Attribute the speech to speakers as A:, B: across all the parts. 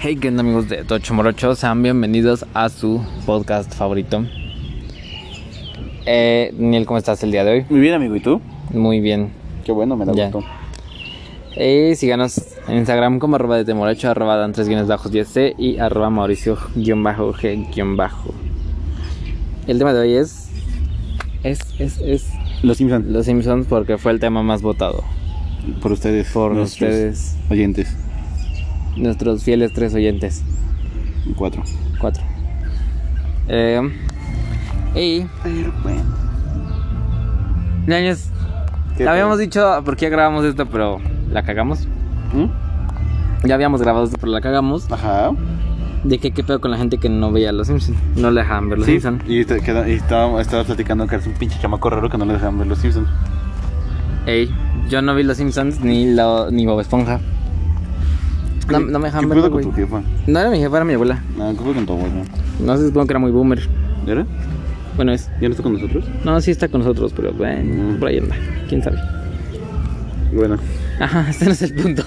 A: Hey, ¿qué onda amigos de Tocho Morocho? Sean bienvenidos a su podcast favorito. Eh, Daniel, ¿cómo estás el día de hoy?
B: Muy bien, amigo, ¿y tú?
A: Muy bien.
B: Qué bueno, me da
A: Ya.
B: gusto.
A: Eh, síganos en Instagram como arroba de Temorocho, arroba dan 3 10 c y arroba mauricio guión bajo g guión bajo. El tema de hoy es... Es, es, es...
B: Los Simpsons.
A: Los Simpsons porque fue el tema más votado
B: Por ustedes,
A: por
B: nuestros
A: ustedes,
B: Oyentes.
A: nuestros fieles tres oyentes.
B: Cuatro.
A: Cuatro. Eh, y...
B: Pero bueno.
A: Ñañez,
B: ¿Qué
A: Ya habíamos
B: tal?
A: dicho ah, por qué grabamos esto, pero la cagamos.
B: ¿Mm?
A: Ya habíamos grabado esto, pero la cagamos.
B: Ajá.
A: De que qué pedo con la gente que no veía los Simpsons. No le dejaban ver los Simpsons.
B: Y, te- queda- y estaba, estaba platicando que eres un pinche chamaco raro que no le dejaban ver los Simpsons.
A: Ey, yo no vi los Simpsons ni, lo, ni Bob Esponja. No, no me dejaban
B: ¿Qué
A: verlo,
B: pedo con
A: güey.
B: tu jefa?
A: No era mi jefa, era mi abuela.
B: Nada, ¿qué pedo con tu abuela?
A: No sé, supongo que era muy boomer.
B: ¿Era?
A: Bueno, es.
B: ¿Ya no está con nosotros?
A: No, sí está con nosotros, pero bueno,
B: Mm.
A: por ahí anda. ¿Quién sabe?
B: Bueno.
A: Ajá, este no es el punto.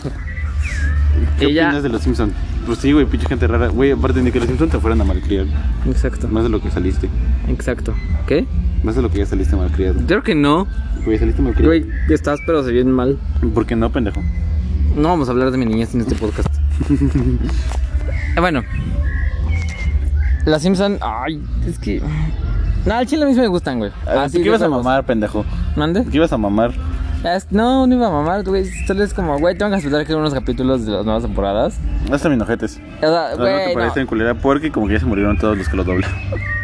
B: ¿Qué
A: Ella-
B: opinas de los Simpsons? Pues sí, güey, pinche gente rara. Güey, aparte ni que los Simpsons te fueran a malcriar.
A: Exacto.
B: Más de lo que saliste.
A: Exacto. ¿Qué?
B: Más de lo que ya saliste malcriado.
A: Creo que no.
B: Güey, saliste malcriado.
A: Güey, estás, pero se bien mal.
B: ¿Por qué no, pendejo?
A: No vamos a hablar de mi niñez en este podcast. Eh, bueno. Las Simpson, ay, es que. No, al chile a mí Ah, sí me gustan, güey.
B: ¿Por
A: Así
B: Ah, ¿Qué ibas a
A: huevos.
B: mamar, pendejo?
A: ¿Mande?
B: ¿Por ¿Qué ibas a mamar?
A: Es- No, no iba a mamar, güey. Solo es como, güey, tengo que aceptar que hay unos capítulos de las nuevas temporadas.
B: Hasta mis ojetes.
A: O sea,
B: Ah, No, no te
A: güey, no.
B: parece en culera porque como que ya se murieron todos los que lo doblan.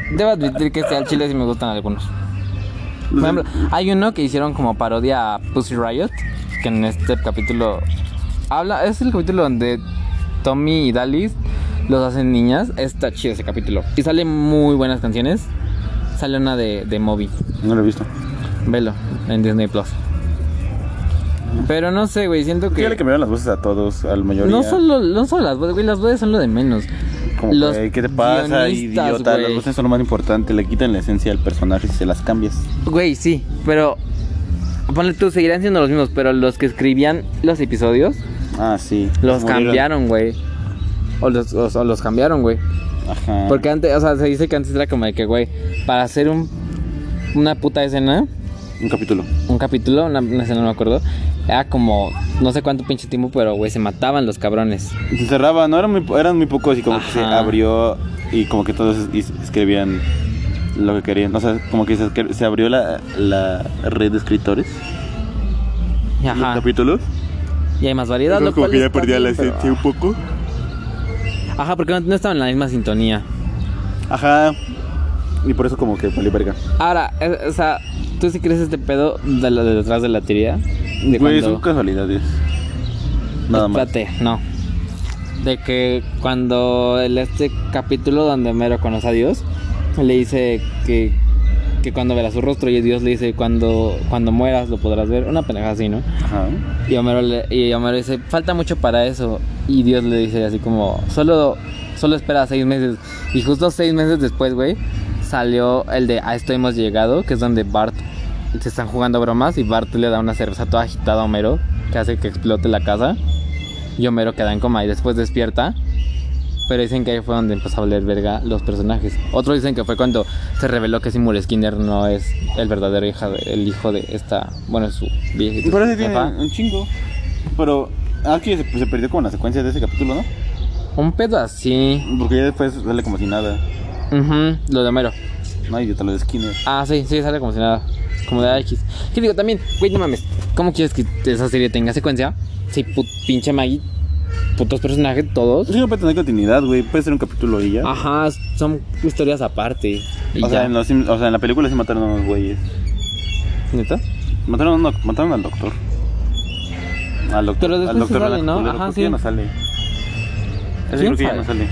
A: Debo admitir que este, al chile sí me gustan algunos. Por ejemplo, hay uno que hicieron como parodia a Pussy Riot, que en este capítulo habla, es el capítulo donde Tommy y Dalis los hacen niñas, está chido ese capítulo. Y salen muy buenas canciones. Sale una de, de Moby,
B: No lo he visto.
A: velo, en Disney Plus. Pero no sé, güey, siento
B: ¿Qué? Ya le
A: que...
B: cambiaron las voces a todos, al mayoría.
A: No solo, no solo las voces, güey, las voces son lo de menos.
B: Como,
A: los
B: güey, ¿Qué te pasa,
A: guionistas,
B: idiota? Las
A: güey.
B: voces son lo más importante. Le quitan la esencia al personaje si se las cambias.
A: Güey, sí, pero... Ponle tú, seguirán siendo los mismos, pero los que escribían los episodios
B: Ah, sí.
A: Los
B: Murieron.
A: cambiaron, güey. O los, o- o los cambiaron, güey.
B: Ajá.
A: Porque antes, o sea, se dice que antes era como de que, güey, para hacer un, una puta escena,
B: Un capítulo.
A: un capítulo, una, una escena, no me acuerdo, era como no sé cuánto pinche tiempo, pero, güey, se mataban los cabrones.
B: Se cerraba, no eran muy, po- eran muy pocos y como que se
A: Ajá.
B: abrió y como que todos es- escribían lo que querían. O sea, como que se, escri- se abrió la, la red de escritores. Los
A: Ajá.
B: capítulos.
A: Y hay más variedad,
B: Entonces,
A: lo
B: como
A: cual
B: que ya
A: está
B: perdía la
A: bien, pero- ah.
B: esencia un poco.
A: Ajá, porque no, no estaban en la misma sintonía.
B: Ajá. Y por eso como que vale verga.
A: Ahora, eh, o sea, ¿tú sí crees este pedo de, lo de detrás de la teoría? De cuando-
B: Güey, son casualidades. Nada más.
A: Espérate, no. De que cuando el este capítulo donde Mero conoce a Dios, le dice que, que cuando verás su rostro y Dios le dice cuando, cuando mueras lo podrás ver, una pendeja así, ¿no?
B: Ajá.
A: Y Homero, le- y Homero dice, falta mucho para eso. Y Dios le dice así como, solo, solo espera seis meses. Y justo seis meses después, güey, salió el de A esto hemos llegado, que es donde Bart se están jugando bromas y Bart le da una cerveza toda agitada a Homero, que hace que explote la casa. Y Homero queda en coma y después despierta. Pero dicen que ahí fue donde empezó a valer verga los personajes. Otros dicen que fue cuando se reveló que Seymour Skinner no es el verdadero hija de- el hijo de esta, bueno, su viejito.
B: Por eso tiene
A: jefa.
B: un chingo. Pero aquí se, se perdió como la secuencia de ese capítulo, ¿no?
A: Un pedo así.
B: Porque ya después sale como si nada.
A: Ujú, lo de Homero.
B: No, y yo te lo de Skinner.
A: Ah, sí, sí, sale como si nada. Como de X. Que digo, también, güey, no mames. ¿Cómo quieres que esa serie tenga secuencia? Si pu- pinche Maggie, putos personajes, todos.
B: Sí, no puede tener continuidad, güey. Puede ser un capítulo y ya.
A: Ajá, son historias aparte. Ah, Y
B: o, sea,
A: ya.
B: en los Sims- o sea, en la película sí mataron a unos güeyes.
A: ¿Neta?
B: Mataron, a uno- mataron al doctor. Al doctor.
A: Pero
B: al
A: después sí
B: doctor
A: sale, ¿no?
B: culero,
A: Ajá,
B: creo que
A: sí.
B: ya no sale. Ese
A: ¿Quién
B: creo que ya
A: sabe?
B: no sale.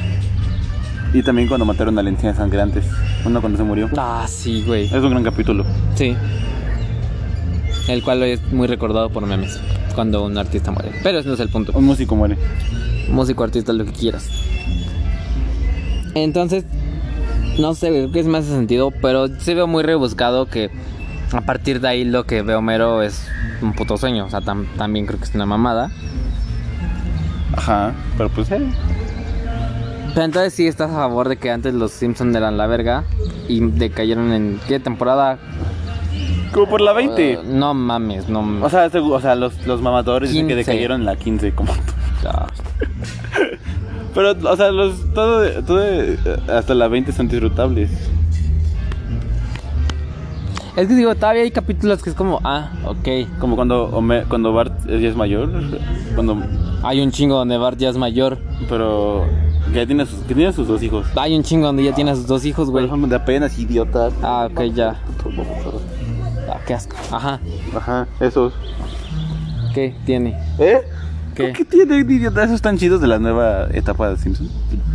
B: Y también cuando mataron a Lencinas Sangrantes. Uno cuando se murió.
A: Ah, sí, güey.
B: Es un gran capítulo.
A: Sí. El cual hoy es muy recordado por memes. Cuando un artista muere. Pero ese no es el punto.
B: Un músico muere.
A: músico, artista, lo que quieras. Entonces, no sé, güey, creo que sí me hace sentido, pero se veo muy rebuscado que a partir de ahí lo que veo mero es un puto sueño. O sea, tam- también creo que es una mamada.
B: Ajá. Pero pues, eh.
A: Pero entonces sí estás a favor de que antes los Simpsons eran la verga y decayeron en qué temporada?
B: Como por la 20.
A: Uh, no mames, no mames.
B: O sea, segu- o sea los, los mamadores dicen que
A: 15.
B: decayeron en la 15, como tú.
A: Ah,
B: Pero, o sea, los, todo, todo, eh, hasta la 20 son disfrutables.
A: Es que digo, todavía hay capítulos que es como, ah, ok.
B: Como cuando, Homer- cuando Bart ya es mayor, cuando,
A: Hay un chingo donde Bart ya es mayor.
B: pero que ya tiene sus, que tiene sus dos hijos.
A: Hay un chingo donde ya tiene a sus dos hijos, güey.
B: Pero son de apenas idiotas.
A: Ah, ok, ya. Ah, qué asco. Ajá.
B: Ajá, esos.
A: ¿Qué tiene?
B: ¿Eh?
A: ¿Qué?
B: ¿Qué, tienen de idiota? Esos tan chidos de la nueva etapa de Simpson.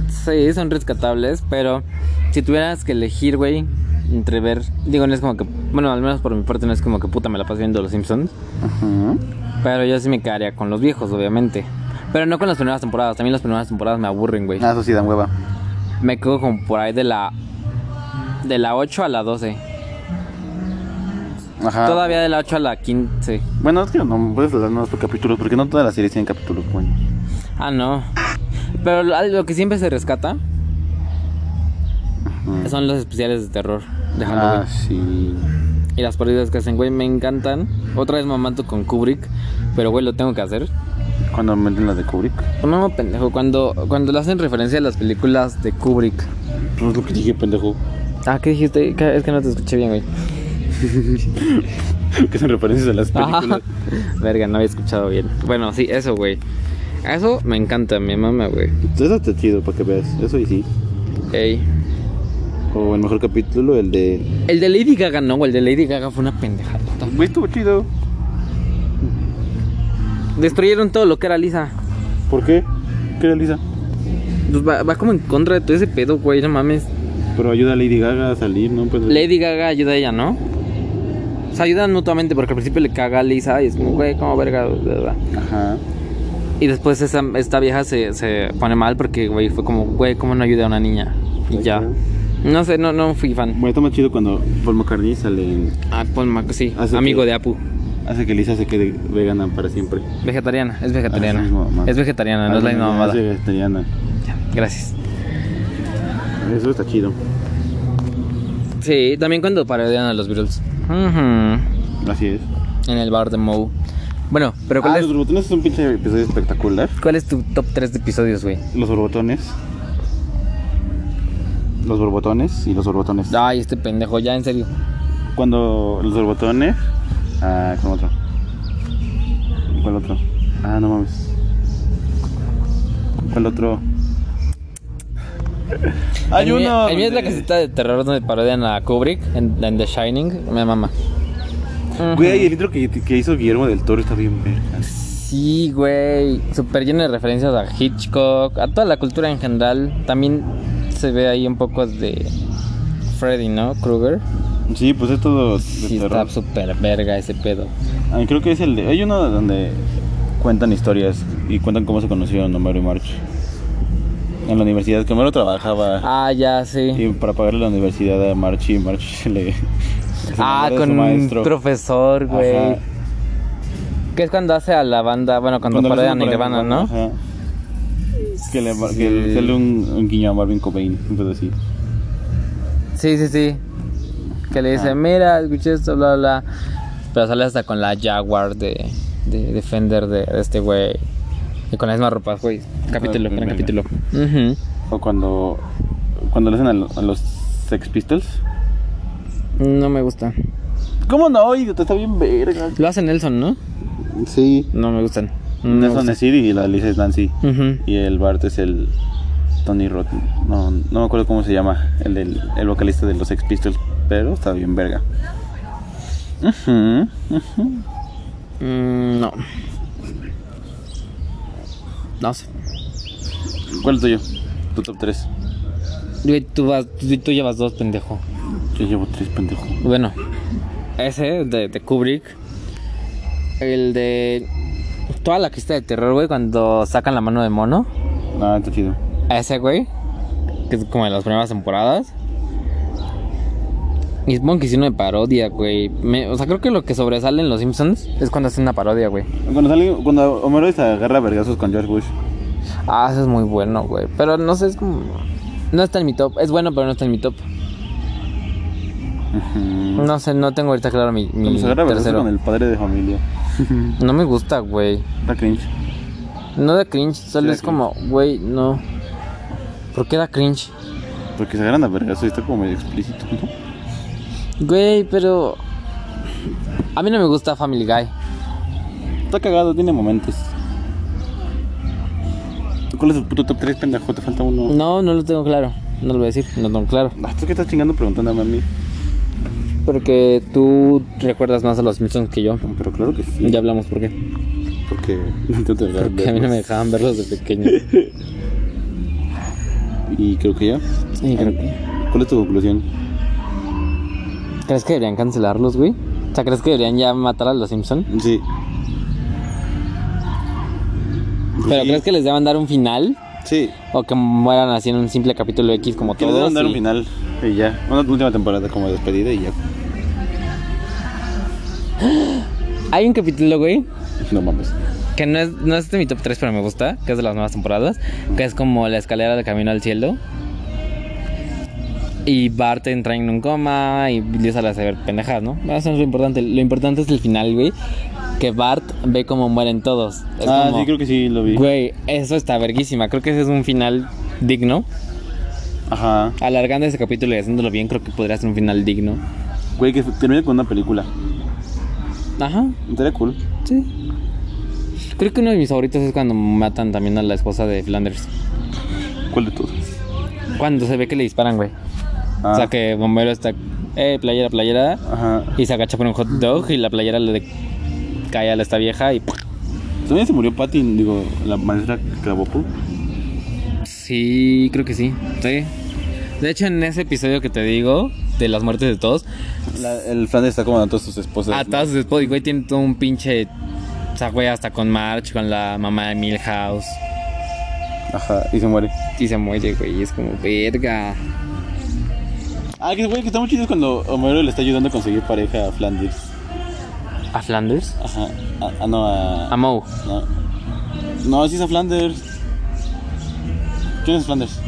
A: Sí, son rescatables, pero si tuvieras que elegir, güey, entre ver. Digo, no es como que. Bueno, al menos por mi parte, no es como que puta me la pasé viendo Los Simpsons.
B: Ajá.
A: Pero yo sí me quedaría con los viejos, obviamente. Pero no con las primeras temporadas. También las primeras temporadas me aburren, güey.
B: Ah, eso sí dan hueva.
A: Me quedo con por ahí de la. De la 8 a la 12.
B: Ajá.
A: Todavía de la 8 a la 15.
B: Bueno, es que no puedes hablar nada más por capítulos, porque no todas las series tienen capítulos buenos.
A: Ah, no. Pero lo lo que siempre se rescata
B: Ujú.
A: son los especiales de terror de Halloween.
B: Ah, sí.
A: Y las parodias que hacen, güey, me encantan. Otra vez mamato con Kubrick, pero güey, lo tengo que hacer.
B: Cuando meten las de Kubrick.
A: No, pendejo, cuando, cuando le hacen referencia a las películas de Kubrick.
B: No es lo que dije, pendejo.
A: Ah, ¿qué dijiste? ¿Qué? Es que no te escuché bien, güey.
B: que son referencias a las películas.
A: Ajá. Verga, no había escuchado bien. Bueno, sí, eso, güey. Eso me encanta, mi mamá, güey.
B: Eso está chido para que veas. Eso y sí.
A: Ey.
B: O el mejor capítulo, el de.
A: El de Lady Gaga, no, güey, el de Lady Gaga fue una pendejada.
B: Güey, estuvo chido.
A: Destruyeron todo lo que era Lisa.
B: ¿Por qué? ¿Qué era Lisa?
A: Pues va, va como en contra de todo ese pedo, güey, no mames.
B: Pero ayuda a Lady Gaga a salir, ¿no? Pues,
A: Lady Gaga ayuda a ella, ¿no? Se ayudan mutuamente porque al principio le caga a Lisa y es como, güey, como verga, ¿verdad?
B: Ajá.
A: Y después esa, esta vieja se, se pone mal porque, güey, fue como, güey, ¿cómo no ayuda a una niña? Y ya.
B: Ajá.
A: No sé, no, no fui fan.
B: Bueno, está más chido cuando Paul McCartney sale en-
A: Ah, Paul Mac- sí,
B: Hace
A: amigo
B: que-
A: de Apu.
B: Hace que Lisa se quede vegana para siempre.
A: Vegetariana, es
B: Ah,
A: vegetariana.
B: es la misma mamada.
A: Es vegetariana, no es la misma mamada.
B: Es vegetariana.
A: Ya, Gracias.
B: Eso está chido.
A: Sí, también cuando parodian a los Beatles. Ujú.
B: Así es.
A: En el bar de Moe. Bueno, pero ¿cuál,
B: ah,
A: es,
B: los borbotones es un pinche episodio espectacular.
A: ¿cuál es tu top 3 de episodios, güey?
B: Los borbotones. Los borbotones y los borbotones.
A: Ay, este pendejo, ya en serio.
B: Cuando los borbotones. Ah, con otro. ¿Cuál otro? Ah, no mames. ¿Cuál otro? Hay
A: el mío-
B: uno.
A: el mío es la
B: donde-
A: casita de terror donde parodian a Kubrick en, en The Shining. Me mama.
B: Güey, el intro que, que hizo Guillermo del Toro está bien verga.
A: Sí, güey. Súper lleno de referencias a Hitchcock, a toda la cultura en general. También se ve ahí un poco de Freddy, ¿no? Krueger.
B: Sí, pues es todo de
A: Sí,
B: terror.
A: está súper verga ese pedo.
B: Ah, creo que es el de. Hay uno donde cuentan historias y cuentan cómo se conocieron Homero y March. En la universidad, que Homero trabajaba
A: Ah, ya, sí.
B: y para pagarle la universidad a March y March se le. se
A: Ah,
B: enamora de su
A: con un
B: maestro.
A: profesor, güey.
B: Ajá.
A: Que es cuando hace a la banda, bueno, cuando,
B: le
A: parodian a
B: hacen una
A: Nirvana,
B: parodia,
A: ¿no?
B: ajá. Que le, que
A: Sí.
B: le sale un, un guiño a Marvin Cobain, un pedo así.
A: Sí, sí, sí. Que le dice,
B: Ah.
A: mira, escuché esto, bla, bla, bla. Pero sale hasta con la Jaguar de, de, de Fender de, de este güey. Y con la misma ropa, güey. Capítulo,
B: Ah,
A: gran
B: venga.
A: capítulo. Ujú.
B: O cuando. Cuando le hacen a, lo- a los Sex Pistols.
A: No me gusta.
B: ¿Cómo no? Idiota, está bien verga.
A: Lo hace Nelson, ¿no?
B: Sí.
A: No me gustan. No me
B: Nelson Mm, es Siri y la Lisa es Nancy.
A: gustan. Ujú.
B: Y el Bart es el Tony Roth. No, no me acuerdo cómo se llama. El, del- el vocalista de los Sex Pistols. Pero está bien verga. Ujú, ujú.
A: Mm, no. No sé.
B: ¿Cuál es el tuyo? Tu top 3.
A: Güey, Tú, vas, tú, tú llevas dos, pendejo.
B: Yo llevo 3, pendejo.
A: Bueno, ese de, de Kubrick. El de. Toda la crista de terror, güey, cuando sacan la mano de mono.
B: Ah, está chido.
A: Ese, güey. Que es como de las primeras temporadas. Y supongo que hicieron una parodia, güey. Me- o sea, creo que lo que sobresale en Los Simpsons es cuando hacen una parodia, güey.
B: Cuando, sale, cuando Homero se agarra a vergazos con George Bush.
A: Ah, eso es muy bueno, güey. Pero no sé, es como. No está en mi top. Es bueno, pero no está en mi top. No sé, no tengo ahorita claro mi, mi
B: Vamos a agarrar vergüenza
A: tercero.
B: con el padre de familia.
A: No me gusta, güey.
B: Da cringe.
A: No da cringe, solo
B: da
A: es como, güey, no. ¿Por qué da cringe?
B: Porque se agarran a vergas y está como medio explícito, ¿no?
A: Güey, pero. A mí no me gusta Family Guy.
B: Está cagado, tiene momentos. ¿Cuál es el puto top 3, pendejo? Te falta uno.
A: No, no lo tengo claro. No lo voy a decir, no lo tengo claro.
B: Ah, ¿Tú qué estás chingando preguntándome a mí?
A: Porque tú recuerdas más a los Simpsons que yo.
B: Pero claro que sí.
A: Ya hablamos por qué.
B: Porque no te voy a dejar
A: Porque a mí no me
B: verlos.
A: dejaban verlos de pequeño.
B: Y creo que ya.
A: Y creo que-
B: ¿Cuál es tu conclusión?
A: ¿Crees que deberían cancelarlos, güey? O sea, ¿crees que deberían ya matar a los Simpsons?
B: Sí.
A: ¿Pero
B: Sí.
A: crees que les deban dar un final?
B: Sí.
A: ¿O que mueran así en un simple capítulo X como
B: Que
A: todos?
B: le deben dar un
A: y-
B: final y ya. Una última temporada como despedida y ya.
A: Hay un capítulo, güey,
B: No mames.
A: que no es, no es de mi top 3, pero me gusta, que es de las nuevas temporadas, que es como la escalera del camino al cielo. Y Bart entra en un coma y Lisa la hace ver pendejadas, ¿no? Eso no es lo importante. Lo importante es el final, güey, que Bart ve cómo mueren todos. Es
B: ah,
A: como,
B: sí, creo que sí, lo vi.
A: Güey, eso está verguísima. Creo que ese es un final digno.
B: Ajá.
A: Alargando ese capítulo y haciéndolo bien, creo que podría ser un final digno.
B: Güey, que termine con una película.
A: Ajá,
B: Estaría cool.
A: sí. Creo que uno de mis favoritos es cuando matan también a la esposa de Flanders.
B: ¿Cuál de todos?
A: Cuando se ve que le disparan, güey.
B: Ah,
A: O sea que bombero está, eh, playera, playera.
B: Ajá.
A: Y se agacha por un hot dog y la playera le de- cae a la esta vieja y... ¡pum!
B: También se murió Patty, digo, la maestra Krabopo.
A: Sí, creo que sí. Sí. De hecho, en ese episodio que te digo, de las muertes de todos,
B: La- el Flanders está como a todas sus esposas.
A: a todas sus esposas, y, güey, tiene todo un pinche... O sea, güey, hasta con March, con la mamá de Milhouse.
B: Ajá, y se muere.
A: Y se muere, güey, y es como, verga.
B: Ah, que güey, que está muy chido es cuando Homero le está ayudando a conseguir pareja a Flanders.
A: ¿A Flanders?
B: Ajá. Ah, ah, no, a.
A: A Moe.
B: No. No, sí es a Flanders. ¿Quién es Flanders?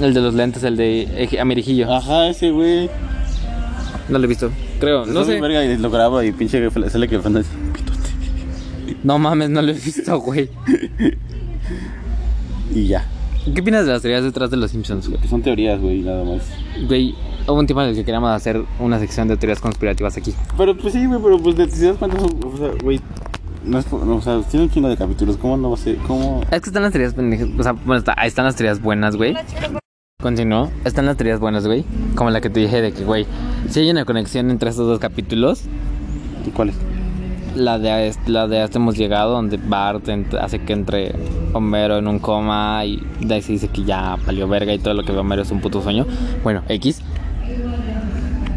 A: El de los lentes, el de Eje- Amerijillo.
B: Ajá, ese güey.
A: Ah, No lo he visto, creo. No
B: Está
A: sé.
B: bien verga y lo graba y pinche que sale que Flanders.
A: No mames, no lo he visto, güey.
B: Y ya.
A: ¿Qué opinas de las teorías detrás de los Simpsons, güey?
B: Que son teorías, güey, nada más.
A: Güey, hubo un tiempo en el que queríamos hacer una sección de teorías conspirativas aquí.
B: Pero pues sí, güey, pero pues de si das cuenta, son- o sea, güey. No es, no, o sea, tiene un chingo de capítulos. ¿Cómo no va a ser? ¿Cómo?
A: Es que están las teorías pendejas. O sea, bueno, está- ahí están las teorías buenas, güey. Continuó. Están las teorías buenas, güey. Como la que te dije de que, güey, si hay una conexión entre estos dos capítulos,
B: ¿Cuál es?
A: La de, a est- la de hasta hemos llegado, donde Bart ent- hace que entre Homero en un coma y Daisy dice que ya palió verga y todo lo que ve Homero es un puto sueño. Bueno, X.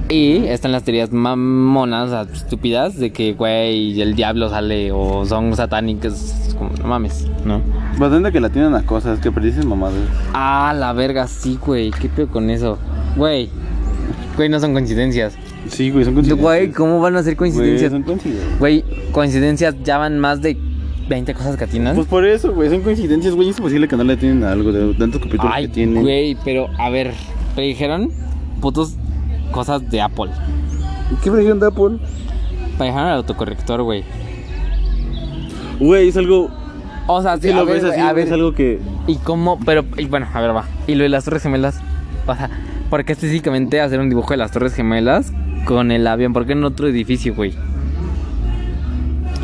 A: Y están las teorías mamonas, o sea, estúpidas, de que, güey, el diablo sale o son satánicas. es Como, no mames, ¿no?
B: Bastante que la tienen las cosas, que predicen mamadas.
A: Ah, la verga, sí, güey. ¿Qué pedo con eso? Güey. Güey, no son coincidencias.
B: Sí, güey, son
A: Güey, ¿cómo van a ser
B: Güey,
A: coincidencias?
B: son coincidencias.
A: Güey, coincidencias ya van más de 20 cosas catinas.
B: Pues por eso, güey, son coincidencias, güey. Es imposible que no le tienen a algo de tantos capítulos
A: Ay,
B: que tienen.
A: güey, pero a ver, te dijeron putos cosas de Apple.
B: ¿Qué predijeron de Apple?
A: Te dijeron el autocorrector, güey.
B: Güey, es algo.
A: O sea, sí,
B: Si
A: a
B: lo
A: ver,
B: ves
A: güey,
B: así,
A: a
B: güey,
A: ver.
B: es algo que.
A: Y cómo, pero, y bueno, a ver, va. Y lo de las Torres Gemelas. O sea, ¿por qué específicamente hacer un dibujo de las Torres Gemelas con el avión? ¿Por qué en otro edificio, güey?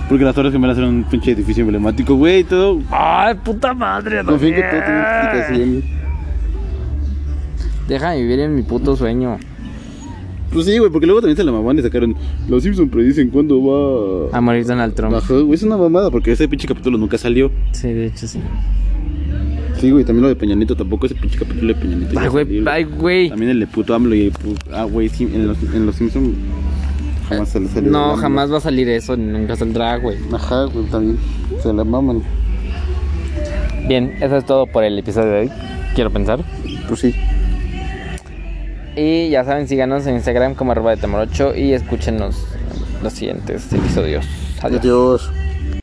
B: Porque las Torres Gemelas eran un pinche edificio emblemático, güey, y todo.
A: ¡Ay, puta madre!
B: Confío en que todo tiene
A: también!
B: explicación.
A: Déjame vivir en mi puto sueño.
B: Pues sí, güey, porque luego también se la mamaban y sacaron. Los Simpsons predicen cuándo va.
A: A morir Donald Trump.
B: Ajá, güey, es una mamada porque ese pinche capítulo nunca salió.
A: Sí, de hecho, sí.
B: Sí, güey, también lo de Peñanito tampoco, ese pinche capítulo de Peñanito.
A: Ay, güey, ay, güey.
B: También el de puto AMLO y el puto. Ah, güey, sí, en los, en los Simpsons jamás se le salió. el
A: No,
B: AMLO.
A: jamás va a salir eso, nunca saldrá, güey.
B: Ajá, güey, también. Se la maman.
A: Bien, eso es todo por el episodio de hoy. Quiero pensar.
B: Pues sí.
A: Y ya saben, síganos en Instagram como arroba de temor8 y escúchenos los siguientes episodios. Adiós.
B: Adiós.